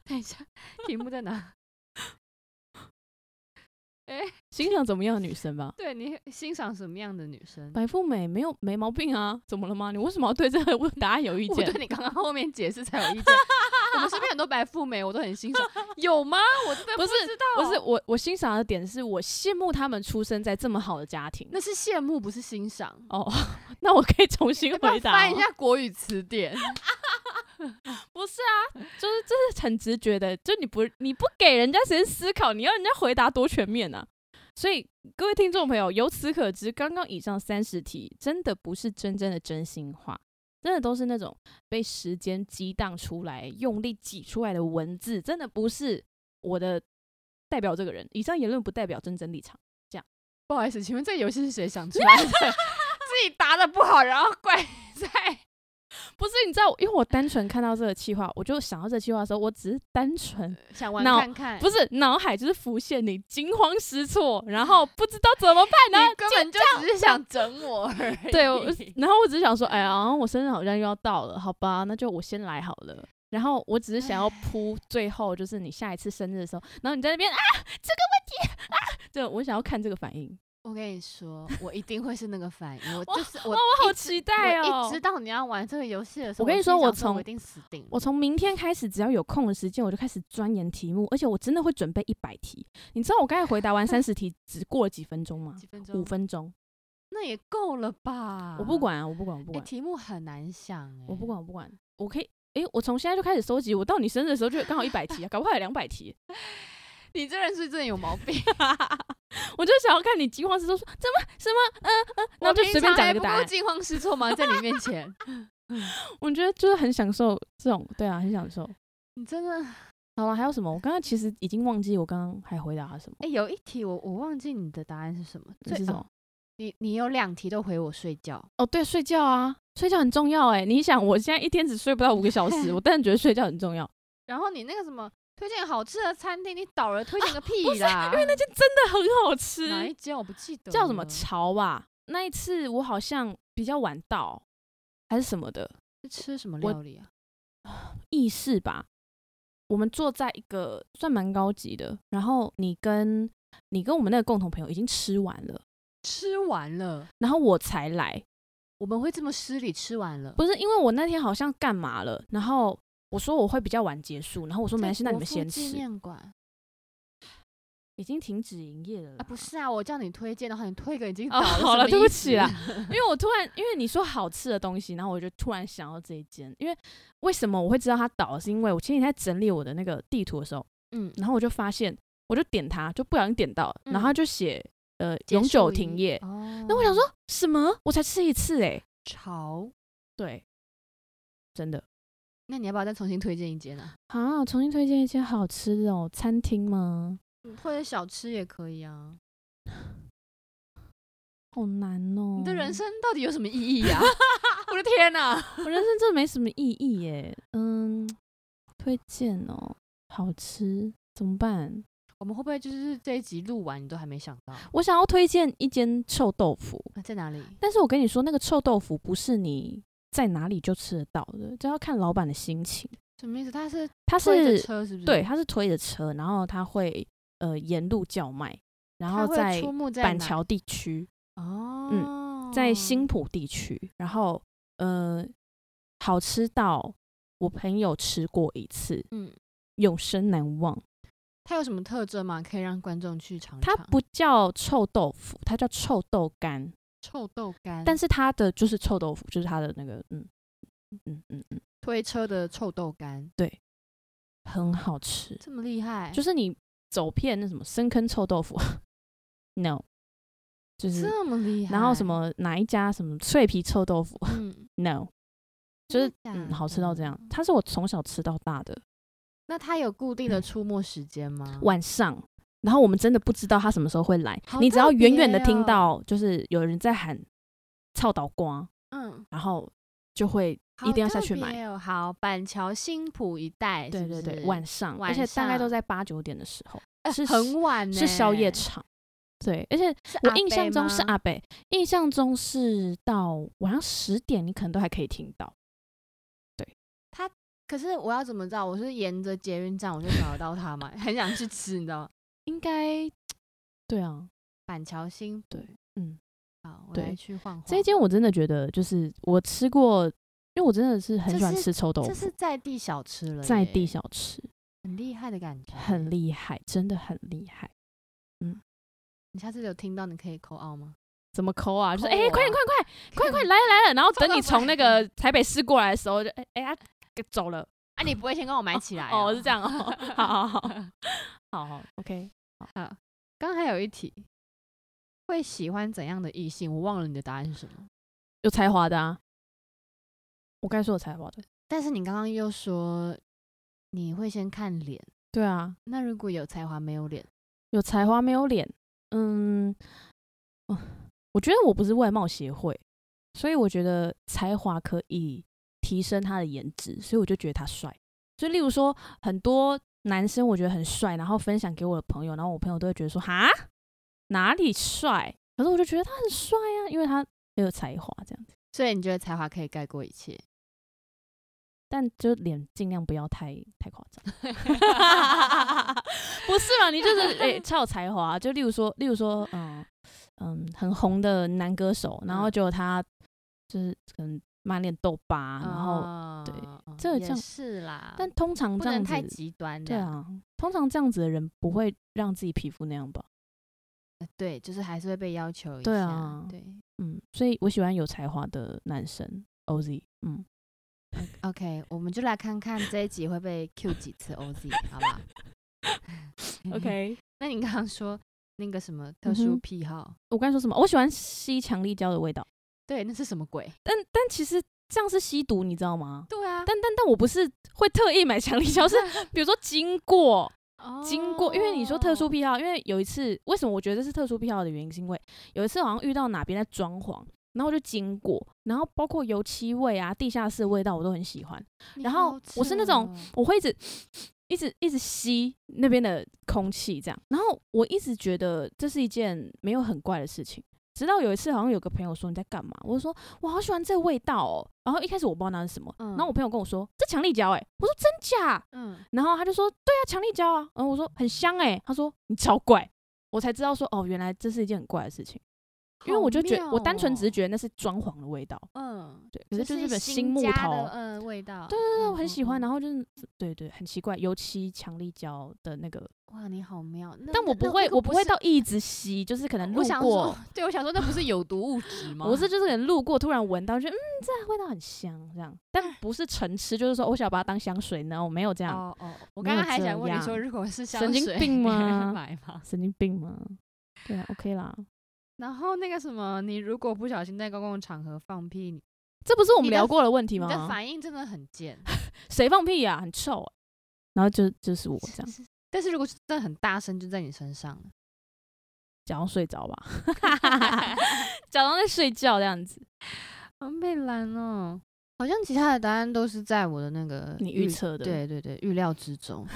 [SPEAKER 1] 等一下，题目在哪？
[SPEAKER 2] 欣赏怎么样的女生 吧？
[SPEAKER 1] 对你欣赏什么样的女生？
[SPEAKER 2] 白富美没有没毛病啊，怎么了吗？你为什么要对这个 问答案有意
[SPEAKER 1] 我对
[SPEAKER 2] 见？
[SPEAKER 1] 你刚刚后面解释才有意 见。我们身边很多白富美，我都很欣 赏，有吗？我真的
[SPEAKER 2] 不是
[SPEAKER 1] 知道，
[SPEAKER 2] 不是我，我欣赏的点是我羡慕他们出生在这么好的家庭。
[SPEAKER 1] 那是羡慕，不是欣 赏。
[SPEAKER 2] 哦，那我可以重新
[SPEAKER 1] 要不要
[SPEAKER 2] 回答
[SPEAKER 1] 翻
[SPEAKER 2] 哦、
[SPEAKER 1] 一下国语词典？
[SPEAKER 2] 不是啊，就是这是很直觉的，就你不你不给人家时间思考，你要人家回答多全面啊。所以各位听众朋友，由此可知，刚刚以上三十题真的不是真正的真心话，真的都是那种被时间激荡出来、用力挤出来的文字，真的不是我的代表这个人。以上言论不代表真正立场。
[SPEAKER 1] 不好意思，请问这个游戏是谁 想出来的？ 自己答的不好，然后怪在
[SPEAKER 2] 不是，你知道，因为我单纯看到这个气话，我就想到这气话的时候，我只是单纯
[SPEAKER 1] 呃想玩
[SPEAKER 2] 那
[SPEAKER 1] 看看，
[SPEAKER 2] 不是脑海就是浮现你惊慌失措，然 后不知道怎么办，然后
[SPEAKER 1] 你根
[SPEAKER 2] 就
[SPEAKER 1] 本就只是想整我而已。
[SPEAKER 2] 对，我然后我只是想说，哎呀，然后我生日好像又要到了，好吧，那就我先来好了。然后我只是想要铺最后，就是你下一次生日的时候，然后你在那边啊，这个问题啊，对我想要看这个反应，
[SPEAKER 1] 我跟你说，我一定会是那个反应。我
[SPEAKER 2] 哇
[SPEAKER 1] 就是我，
[SPEAKER 2] 哇，我好期待
[SPEAKER 1] 我
[SPEAKER 2] 哦
[SPEAKER 1] 一！知道你要玩这个游戏的时候，
[SPEAKER 2] 我跟你
[SPEAKER 1] 心
[SPEAKER 2] 说我
[SPEAKER 1] 想我
[SPEAKER 2] 从
[SPEAKER 1] 一定死定了。
[SPEAKER 2] 我从明天开始，只要有空的时间，我就开始钻研题目，而且我真的会准备一百题。你知道我刚才回答完三十 题，只过了几分钟吗？
[SPEAKER 1] 几分钟，
[SPEAKER 2] 五分钟，
[SPEAKER 1] 那也够了吧？
[SPEAKER 2] 我不管啊，我不管，我不
[SPEAKER 1] 哎，
[SPEAKER 2] 管。
[SPEAKER 1] 题目很难想哎，
[SPEAKER 2] 我不管，我不管，我可以，诶，我从现在就开始收集，我到你生日的时候就刚好一百题啊，搞不好有两百题，
[SPEAKER 1] 你这人是不是真的有毛病。
[SPEAKER 2] 我就想要看你惊慌失措说怎么什么，嗯、嗯，然
[SPEAKER 1] 我
[SPEAKER 2] 后就
[SPEAKER 1] 平
[SPEAKER 2] 随便
[SPEAKER 1] 常
[SPEAKER 2] 讲
[SPEAKER 1] 还
[SPEAKER 2] 一个
[SPEAKER 1] 不
[SPEAKER 2] 答
[SPEAKER 1] 够
[SPEAKER 2] 案。
[SPEAKER 1] 惊慌失措吗？在你面 前，
[SPEAKER 2] 我觉得就是很享受这种，对啊，很享受。
[SPEAKER 1] 你真的
[SPEAKER 2] 好了，还有什么？我刚刚其实已经忘记我刚刚还回答了什么，
[SPEAKER 1] 哎，有一题我我忘记你的答案是什么，
[SPEAKER 2] 你
[SPEAKER 1] 最
[SPEAKER 2] 是什
[SPEAKER 1] 哦
[SPEAKER 2] 么？
[SPEAKER 1] 你你有两题都回我睡觉，
[SPEAKER 2] 哦，对，睡觉啊，睡觉很重要哎。你想，我现在一天只睡不到五个小 时，我当然觉得睡觉很重要。
[SPEAKER 1] 然后你那个什么推荐好吃的餐厅，你倒了推荐个屁啦！
[SPEAKER 2] 啊因为那间真的很好
[SPEAKER 1] 哪一
[SPEAKER 2] 吃，
[SPEAKER 1] 间我不记得
[SPEAKER 2] 叫什么
[SPEAKER 1] 了
[SPEAKER 2] 潮吧？那一次我好像比较晚到，还是什么的
[SPEAKER 1] 是吃什么
[SPEAKER 2] 我
[SPEAKER 1] 料理啊？
[SPEAKER 2] 意式吧。我们坐在一个算蛮高级的，然后你跟你跟我们那个共同朋友已经吃完了，
[SPEAKER 1] 吃完了，
[SPEAKER 2] 然后我才来，
[SPEAKER 1] 我们会这么失礼，吃完了。
[SPEAKER 2] 不是因为我那天好像干嘛了，然后我说我会比较晚结束，然后我说
[SPEAKER 1] 在
[SPEAKER 2] 没关系，那你
[SPEAKER 1] 国
[SPEAKER 2] 们
[SPEAKER 1] 父
[SPEAKER 2] 先
[SPEAKER 1] 纪
[SPEAKER 2] 吃，
[SPEAKER 1] 念馆
[SPEAKER 2] 已经停止营业了啦
[SPEAKER 1] 啊，不是啊，我叫你推荐的话，你推给已经倒
[SPEAKER 2] 哦
[SPEAKER 1] 了，
[SPEAKER 2] 好
[SPEAKER 1] 什
[SPEAKER 2] 了
[SPEAKER 1] 么
[SPEAKER 2] 对不
[SPEAKER 1] 意思
[SPEAKER 2] 起 啦， 因为我突然因为你说好吃的东西，然后我就突然想到这一间，因为为什么我会知道它倒了，是因为我前几天在整理我的那个地图的时候，
[SPEAKER 1] 嗯，
[SPEAKER 2] 然后我就发现，我就点它，就不小心点到了，然后
[SPEAKER 1] 嗯
[SPEAKER 2] 它就写呃
[SPEAKER 1] 结
[SPEAKER 2] 永
[SPEAKER 1] 束
[SPEAKER 2] 久
[SPEAKER 1] 营
[SPEAKER 2] 停业，
[SPEAKER 1] 哦，
[SPEAKER 2] 那我想说什么？我才吃一次哎、
[SPEAKER 1] 潮，
[SPEAKER 2] 对，真的
[SPEAKER 1] 那你要不要再重新推荐一间啊？
[SPEAKER 2] 啊，重新推荐一间好吃的哦，餐厅吗？
[SPEAKER 1] 嗯或者小吃也可以啊。
[SPEAKER 2] 好难哦，
[SPEAKER 1] 你的 人，生到底有什么意义呀、 我的天哪、
[SPEAKER 2] 我人生真的没什么意义耶。嗯，推荐哦，好吃怎么办？
[SPEAKER 1] 我们会不会就是这一集录完你都还没想到？
[SPEAKER 2] 我想要推荐一间臭豆腐，
[SPEAKER 1] 啊在哪里？
[SPEAKER 2] 但是我跟你说，那个臭豆腐不是你在哪里就吃得到的，这要看老板的心情。
[SPEAKER 1] 什么意思？他是
[SPEAKER 2] 他
[SPEAKER 1] 推着
[SPEAKER 2] 是
[SPEAKER 1] 车是不是？
[SPEAKER 2] 对，，他是推着车，然后他会呃沿路叫卖，然后在
[SPEAKER 1] 出没在
[SPEAKER 2] 板
[SPEAKER 1] 哪
[SPEAKER 2] 桥地区，
[SPEAKER 1] 哦，
[SPEAKER 2] 在新浦地区，然后呃好吃到我朋友吃过一次，
[SPEAKER 1] 嗯，
[SPEAKER 2] 永生难忘。
[SPEAKER 1] 它有什么特征吗？可以让观众去尝尝。
[SPEAKER 2] 它不叫臭豆腐，它叫臭豆干，
[SPEAKER 1] 臭豆干，
[SPEAKER 2] 但是它的就是臭豆腐，就是它的那个嗯嗯嗯嗯，
[SPEAKER 1] 推车的臭豆干
[SPEAKER 2] 很好吃，
[SPEAKER 1] 这么厉害，
[SPEAKER 2] 就是你走遍那什么深坑臭豆腐 ，no，就是
[SPEAKER 1] 这么厉害。
[SPEAKER 2] 然后什？么哪一家什么脆皮臭豆腐
[SPEAKER 1] 嗯，
[SPEAKER 2] ，no，就是
[SPEAKER 1] 真的
[SPEAKER 2] 嗯
[SPEAKER 1] 假
[SPEAKER 2] 好吃到
[SPEAKER 1] 的
[SPEAKER 2] 这样，它是我从小吃到大的，
[SPEAKER 1] 那它有固
[SPEAKER 2] 嗯
[SPEAKER 1] 定的出没时间吗？
[SPEAKER 2] 晚上。然后我们真的不知道他什么时候会来，
[SPEAKER 1] 嗯好
[SPEAKER 2] 你只
[SPEAKER 1] 特
[SPEAKER 2] 要远远的
[SPEAKER 1] 别
[SPEAKER 2] 听
[SPEAKER 1] 哦
[SPEAKER 2] 到，就是有人在喊“操倒瓜
[SPEAKER 1] 嗯”，，
[SPEAKER 2] 然后就会一
[SPEAKER 1] 好
[SPEAKER 2] 定要下
[SPEAKER 1] 特
[SPEAKER 2] 去买。
[SPEAKER 1] 别哦。好，板桥新浦一带，
[SPEAKER 2] 对
[SPEAKER 1] 是不
[SPEAKER 2] 对对，
[SPEAKER 1] 是
[SPEAKER 2] 晚上，
[SPEAKER 1] 晚
[SPEAKER 2] 而且大概都
[SPEAKER 1] 上
[SPEAKER 2] 在八九点的时候，
[SPEAKER 1] 呃
[SPEAKER 2] 是
[SPEAKER 1] 很晚呢，
[SPEAKER 2] 是宵夜场。对，而且
[SPEAKER 1] 是
[SPEAKER 2] 我
[SPEAKER 1] 阿
[SPEAKER 2] 印象
[SPEAKER 1] 伯
[SPEAKER 2] 中是
[SPEAKER 1] 吗
[SPEAKER 2] 阿北，印象中是到晚上十点，你可能都还可以听到。
[SPEAKER 1] 可是我要怎么知道？我是沿着捷运站我就找得到它嘛， 很想去吃，你知道吗？
[SPEAKER 2] 应该对啊，
[SPEAKER 1] 板桥新浦
[SPEAKER 2] 对，嗯，
[SPEAKER 1] 好，我
[SPEAKER 2] 对
[SPEAKER 1] 来去晃晃。
[SPEAKER 2] 这一间我真的觉得就是我吃过，因为我真的是很
[SPEAKER 1] 这
[SPEAKER 2] 喜欢
[SPEAKER 1] 是
[SPEAKER 2] 吃臭豆
[SPEAKER 1] 这
[SPEAKER 2] 腐
[SPEAKER 1] 是，在地小吃了耶，
[SPEAKER 2] 在地小吃
[SPEAKER 1] 很厉害的感觉，
[SPEAKER 2] 很。厉害，真的很厉害。
[SPEAKER 1] 你下次有听到，你可以扣奥 吗？
[SPEAKER 2] 怎么抠啊？就是
[SPEAKER 1] 抠
[SPEAKER 2] 哎、
[SPEAKER 1] 我
[SPEAKER 2] 快点
[SPEAKER 1] 啊
[SPEAKER 2] 快点快点 快点来了来了，然后
[SPEAKER 1] 臭
[SPEAKER 2] 等你
[SPEAKER 1] 豆腐
[SPEAKER 2] 从那个台北市过来的时候，就哎哎、啊走了。
[SPEAKER 1] 啊，你不会先跟我买起来
[SPEAKER 2] 哦，是这样哦， 好好 好好好，OK，
[SPEAKER 1] 好，刚还有一题，会喜欢怎样的异性？我忘了你的答案是什么，
[SPEAKER 2] 有才华的啊，我该说有才华的，
[SPEAKER 1] 但是你刚刚又说你会先看脸，
[SPEAKER 2] 对啊，
[SPEAKER 1] 那如果有才华没有脸，
[SPEAKER 2] 有才华没有脸，嗯，哦我觉得我不是外貌协会，所以我觉得才华可以提升他的颜值，所以我就觉得他帅。就例如说，很多男生我觉得很帅，然后分享给我的朋友，然后我朋友都会觉得说哈哪里帅，可是我就觉得他很帅啊，因为他很有才华这样子，
[SPEAKER 1] 所以你觉得才华可以盖过一 切？
[SPEAKER 2] 但就脸尽量不要太太夸张。 不是嘛？你就是诶、 超有才华。啊就例如说，例如说，嗯嗯，很红的男歌手，然后
[SPEAKER 1] 嗯
[SPEAKER 2] 结果他就是可能满脸痘疤， 啊然后、对
[SPEAKER 1] 哦
[SPEAKER 2] 这个
[SPEAKER 1] 也
[SPEAKER 2] 这样
[SPEAKER 1] 是啦，
[SPEAKER 2] 但通常
[SPEAKER 1] 不
[SPEAKER 2] 这样
[SPEAKER 1] 能
[SPEAKER 2] 子，
[SPEAKER 1] 太极端这
[SPEAKER 2] 对
[SPEAKER 1] 样，
[SPEAKER 2] 啊，通常这样子的人不会让自己皮肤那样吧？
[SPEAKER 1] 呃对，就是还是会被要求一
[SPEAKER 2] 对
[SPEAKER 1] 下
[SPEAKER 2] 啊
[SPEAKER 1] 对
[SPEAKER 2] 嗯，所以我喜欢有才华的男生，OZ，嗯，
[SPEAKER 1] ，OK，我们就来看看这一集会被 Q 几次 OZ，好不好
[SPEAKER 2] OK，
[SPEAKER 1] 那你刚刚说那个什么特殊
[SPEAKER 2] 嗯哼
[SPEAKER 1] 癖好，
[SPEAKER 2] 我刚才说什么？我喜欢吸强力胶的味道，
[SPEAKER 1] 对，那是什么鬼？
[SPEAKER 2] 但但其实这样是吸毒，你知道吗？
[SPEAKER 1] 对啊，
[SPEAKER 2] 但但但我不是会特意买强力胶，是比如说经过，
[SPEAKER 1] 但
[SPEAKER 2] 经过，因为哦你说特
[SPEAKER 1] 哦
[SPEAKER 2] 殊癖好，因为有一次，为什么我觉得这是特殊癖好的原因，是因为有一次好像遇到哪边在装潢，然后我就经过，然后包括油漆味啊、地下室的味道，我都很喜欢。然后我是那种我会一直一直一直吸那边的空气，这样。然后我一直觉得这是一件没有很怪的事情，直到有一次好像有个朋友说你在干嘛，我就说我好喜欢这味道哦。然后一开始我不知道那是什么，
[SPEAKER 1] 嗯
[SPEAKER 2] 然后我朋友跟我说这强力胶哎、我说真假？
[SPEAKER 1] 嗯，
[SPEAKER 2] 然后他就说：“对啊，强力胶啊。”然后我说：“很香哎、他说：“你超怪。”我才知道说：“哦，原来这是一件很怪的事情。因为我就觉
[SPEAKER 1] 好
[SPEAKER 2] 我单纯
[SPEAKER 1] 妙
[SPEAKER 2] 只是
[SPEAKER 1] 哦
[SPEAKER 2] 觉得那是装潢的味道，
[SPEAKER 1] 嗯，
[SPEAKER 2] 对，可是就
[SPEAKER 1] 就是
[SPEAKER 2] 日本新
[SPEAKER 1] 新
[SPEAKER 2] 木
[SPEAKER 1] 家的
[SPEAKER 2] 头，
[SPEAKER 1] 嗯味道，
[SPEAKER 2] 对对对，
[SPEAKER 1] 嗯
[SPEAKER 2] 我很
[SPEAKER 1] 嗯
[SPEAKER 2] 喜欢。
[SPEAKER 1] 嗯
[SPEAKER 2] 然后就是对对，很奇怪，油漆强力胶的那个，
[SPEAKER 1] 哇，你好妙！那
[SPEAKER 2] 但我
[SPEAKER 1] 那那
[SPEAKER 2] 不会，
[SPEAKER 1] 那个
[SPEAKER 2] 我不会
[SPEAKER 1] 是
[SPEAKER 2] 到一直吸，就是可能
[SPEAKER 1] 我
[SPEAKER 2] 路
[SPEAKER 1] 想
[SPEAKER 2] 过
[SPEAKER 1] 说，，对我想说，那不是有毒物质吗？
[SPEAKER 2] 我是就是可能路过突然闻到，就嗯，这味道很香这样，但不是成痴，就是说我想把它当香水呢，我没有这样，
[SPEAKER 1] 哦哦，我
[SPEAKER 2] 没
[SPEAKER 1] 刚
[SPEAKER 2] 有
[SPEAKER 1] 刚还
[SPEAKER 2] 这
[SPEAKER 1] 想问你
[SPEAKER 2] 样
[SPEAKER 1] 说，如果是香
[SPEAKER 2] 神经
[SPEAKER 1] 水
[SPEAKER 2] 病
[SPEAKER 1] 你会
[SPEAKER 2] 吗
[SPEAKER 1] 买吗？
[SPEAKER 2] 神经病吗？对啊，OK 啦，
[SPEAKER 1] 然后那个什么，你如果不小心在公共场合放屁，你
[SPEAKER 2] 这不是我们
[SPEAKER 1] 你的
[SPEAKER 2] 聊过的问题
[SPEAKER 1] 你的
[SPEAKER 2] 吗？
[SPEAKER 1] 反应真的很贱。
[SPEAKER 2] 谁放屁呀、很臭、啊。然后就就是我这样，
[SPEAKER 1] 但是如果是真的很大声，就在你身上了，
[SPEAKER 2] 假装睡 着吧，假装在睡觉这样子。
[SPEAKER 1] 好被拦哦。好像其他的答案都是在我的那个
[SPEAKER 2] 你预测的，，
[SPEAKER 1] 对对对，预料之 中。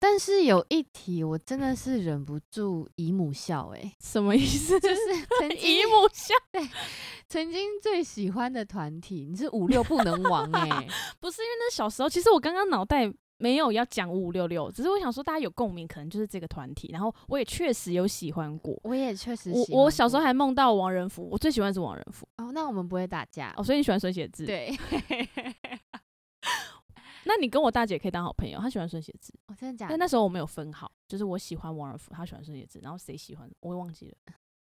[SPEAKER 1] 但是有一题我真的是忍不住姨母笑、欸，
[SPEAKER 2] 什么意思？
[SPEAKER 1] 就是曾经
[SPEAKER 2] 姨母笑，
[SPEAKER 1] 曾经最喜欢的团体，你是五六不能亡哎、
[SPEAKER 2] 不是因为那小时候，其实我刚刚脑袋没有要讲五五六六，只是我想说大家有共鸣，可能就是这个团体。然后我也确实有喜欢过，
[SPEAKER 1] 我也确实
[SPEAKER 2] 我
[SPEAKER 1] 喜
[SPEAKER 2] 我
[SPEAKER 1] 欢
[SPEAKER 2] 小时候
[SPEAKER 1] 过
[SPEAKER 2] 还梦到王仁甫，我最喜欢的是王仁甫
[SPEAKER 1] 哦，那我们不会打架
[SPEAKER 2] 哦，所以你喜欢孙协志，，
[SPEAKER 1] 对，
[SPEAKER 2] 那你跟我大姐可以当好朋友，她喜欢孙协志，
[SPEAKER 1] 我哦真的假
[SPEAKER 2] 但
[SPEAKER 1] 的？
[SPEAKER 2] 那时候我没有分好，就是我喜欢王仁甫，她喜欢孙协志，然后谁喜欢我也忘记了，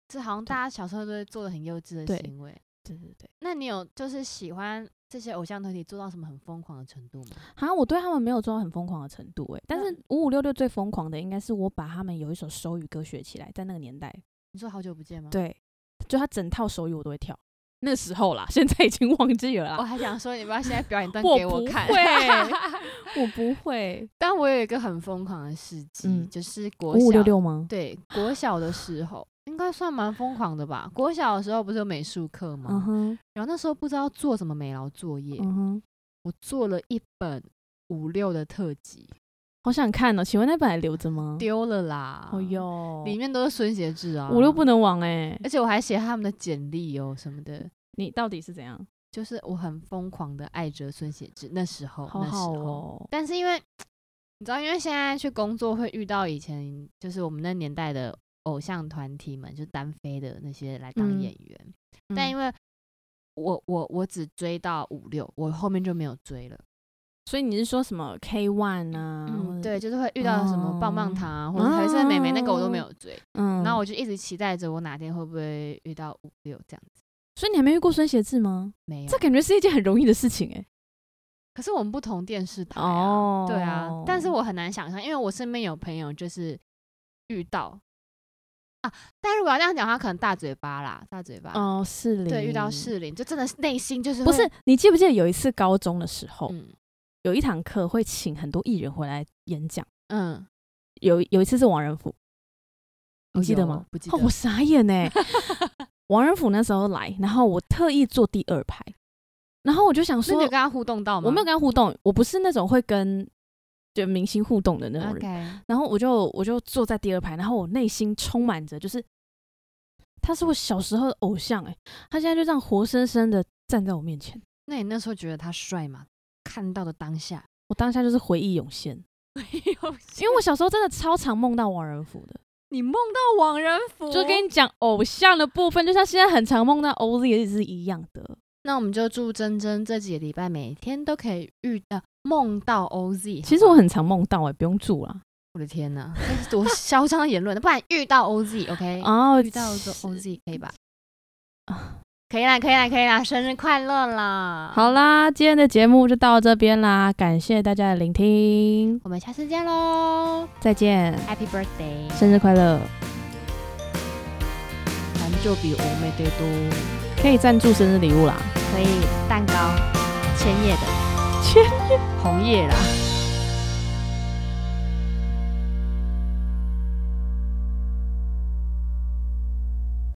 [SPEAKER 1] 这好像大家小时候都会做的很幼稚的
[SPEAKER 2] 对
[SPEAKER 1] 行为。
[SPEAKER 2] 对对对，
[SPEAKER 1] 那你有就是喜欢这些偶像团体做到什么很疯狂的程度吗？
[SPEAKER 2] 好像我对他们没有做到很疯狂的程度、欸，但是
[SPEAKER 1] 那
[SPEAKER 2] 五五六六最疯狂的应该是我把他们有一首手语歌学起来，在那个年代，
[SPEAKER 1] 你说好久不见吗？，
[SPEAKER 2] 对，就他整套手语我都会跳。那时候啦，现在已经忘记了
[SPEAKER 1] 我
[SPEAKER 2] 啦。
[SPEAKER 1] 还想说你不要现在表 演段
[SPEAKER 2] 我
[SPEAKER 1] 哦给我
[SPEAKER 2] 不
[SPEAKER 1] 看。
[SPEAKER 2] 会我不会
[SPEAKER 1] 但我有一个很疯狂的事迹，
[SPEAKER 2] 嗯
[SPEAKER 1] 就是国
[SPEAKER 2] 五五
[SPEAKER 1] 小
[SPEAKER 2] 六六吗？
[SPEAKER 1] 对国小的时候，应该算蛮疯狂的吧？国小的时候不是有美术课吗？
[SPEAKER 2] 嗯哼，
[SPEAKER 1] 然后那时候不知道做什么美劳作业，
[SPEAKER 2] 嗯哼，
[SPEAKER 1] 我做了一本五六的特辑，
[SPEAKER 2] 好想看哦。请问那本还留着吗？
[SPEAKER 1] 丢了啦。
[SPEAKER 2] 哦哟，
[SPEAKER 1] 里面都是孙协志啊，
[SPEAKER 2] 五六不，能忘哎、
[SPEAKER 1] 而且我还写他们的简历哦什么的，
[SPEAKER 2] 你到底是怎样？
[SPEAKER 1] 就是我很疯狂的爱着孙协志，那时候，
[SPEAKER 2] 好
[SPEAKER 1] 那时
[SPEAKER 2] 好
[SPEAKER 1] 候，
[SPEAKER 2] 哦，
[SPEAKER 1] 但是因为你知道，因为现在去工作会遇到以前就是我们那年代的偶像团体们，就单飞的那些来当
[SPEAKER 2] 嗯
[SPEAKER 1] 演员，但
[SPEAKER 2] 嗯
[SPEAKER 1] 因为我我我只追到五六，我后面就没有追了。
[SPEAKER 2] 所以你是说什么 K One 啊？或
[SPEAKER 1] 嗯，
[SPEAKER 2] 者
[SPEAKER 1] 对，，就是会遇到什么棒棒
[SPEAKER 2] 哦
[SPEAKER 1] 糖啊，或者还是美眉那个我都没有追，
[SPEAKER 2] 嗯。
[SPEAKER 1] 然后我就一直期待着我哪天会不会遇到五六这样子，
[SPEAKER 2] 所以你还没遇过孙协志吗？
[SPEAKER 1] 没有
[SPEAKER 2] 这。感觉是一件很容易的事情哎、
[SPEAKER 1] 可是我们不同电视台啊，
[SPEAKER 2] 哦，
[SPEAKER 1] 对啊，但是我很难想象，因为我身边有朋友就是遇到啊，但如果要这样讲，他可能大嘴巴啦，大嘴巴，
[SPEAKER 2] 哦是林
[SPEAKER 1] 对，遇到适龄就真的是内心就是
[SPEAKER 2] 不
[SPEAKER 1] 会
[SPEAKER 2] 是，？你记不记得有一次高中的时候，
[SPEAKER 1] 嗯
[SPEAKER 2] 有一堂课会请很多艺人回来演讲，
[SPEAKER 1] 嗯，
[SPEAKER 2] 有有一次是王仁甫，你
[SPEAKER 1] 哦
[SPEAKER 2] 记得
[SPEAKER 1] 有
[SPEAKER 2] 吗？
[SPEAKER 1] 不记
[SPEAKER 2] 哦，
[SPEAKER 1] 得
[SPEAKER 2] 我傻眼呢、 王仁甫那时候来，然后我特意坐第二排，然后我就想
[SPEAKER 1] 所以
[SPEAKER 2] 说
[SPEAKER 1] 你有，跟他互动到吗？
[SPEAKER 2] 我没有跟他互动，我不是那种会跟就明星互动的那种人
[SPEAKER 1] OK，
[SPEAKER 2] 然后我就我就坐在第二排，然后我内心充满着就是，他是我小时候的偶像哎、他现在就这样活生生的站在我面前，
[SPEAKER 1] 那你那时候觉得他帅吗？看到的当 下，
[SPEAKER 2] 我当下就是回忆涌现，
[SPEAKER 1] 没有，
[SPEAKER 2] 因为我小时候真的超常梦到王仁甫的，
[SPEAKER 1] 你梦到王仁甫，
[SPEAKER 2] 就跟你讲偶像的部分，就像现在很常梦到 OZ 也是一样的。
[SPEAKER 1] 那我们就祝珍珍这几个礼拜每天都可以遇到梦到 OZ。
[SPEAKER 2] 其实我很常梦到哎、不用住啦。
[SPEAKER 1] 我的天哪，这是多嚣张的言论！不然遇到 OZ，OK，、
[SPEAKER 2] 哦，
[SPEAKER 1] 遇到
[SPEAKER 2] 是
[SPEAKER 1] OZ 可以吧？
[SPEAKER 2] 啊
[SPEAKER 1] 可以啦，可以啦，可以啦，生日快乐啦！，
[SPEAKER 2] 好啦，今天的节目就到这边啦，感谢大家的聆听，
[SPEAKER 1] 我们下次见喽
[SPEAKER 2] 再见，
[SPEAKER 1] ！Happy birthday！
[SPEAKER 2] 生日快乐！
[SPEAKER 1] 咱们就比我妹得多，
[SPEAKER 2] 可以赞助生日礼物啦。
[SPEAKER 1] 可以蛋糕，千叶的，千叶红叶啦。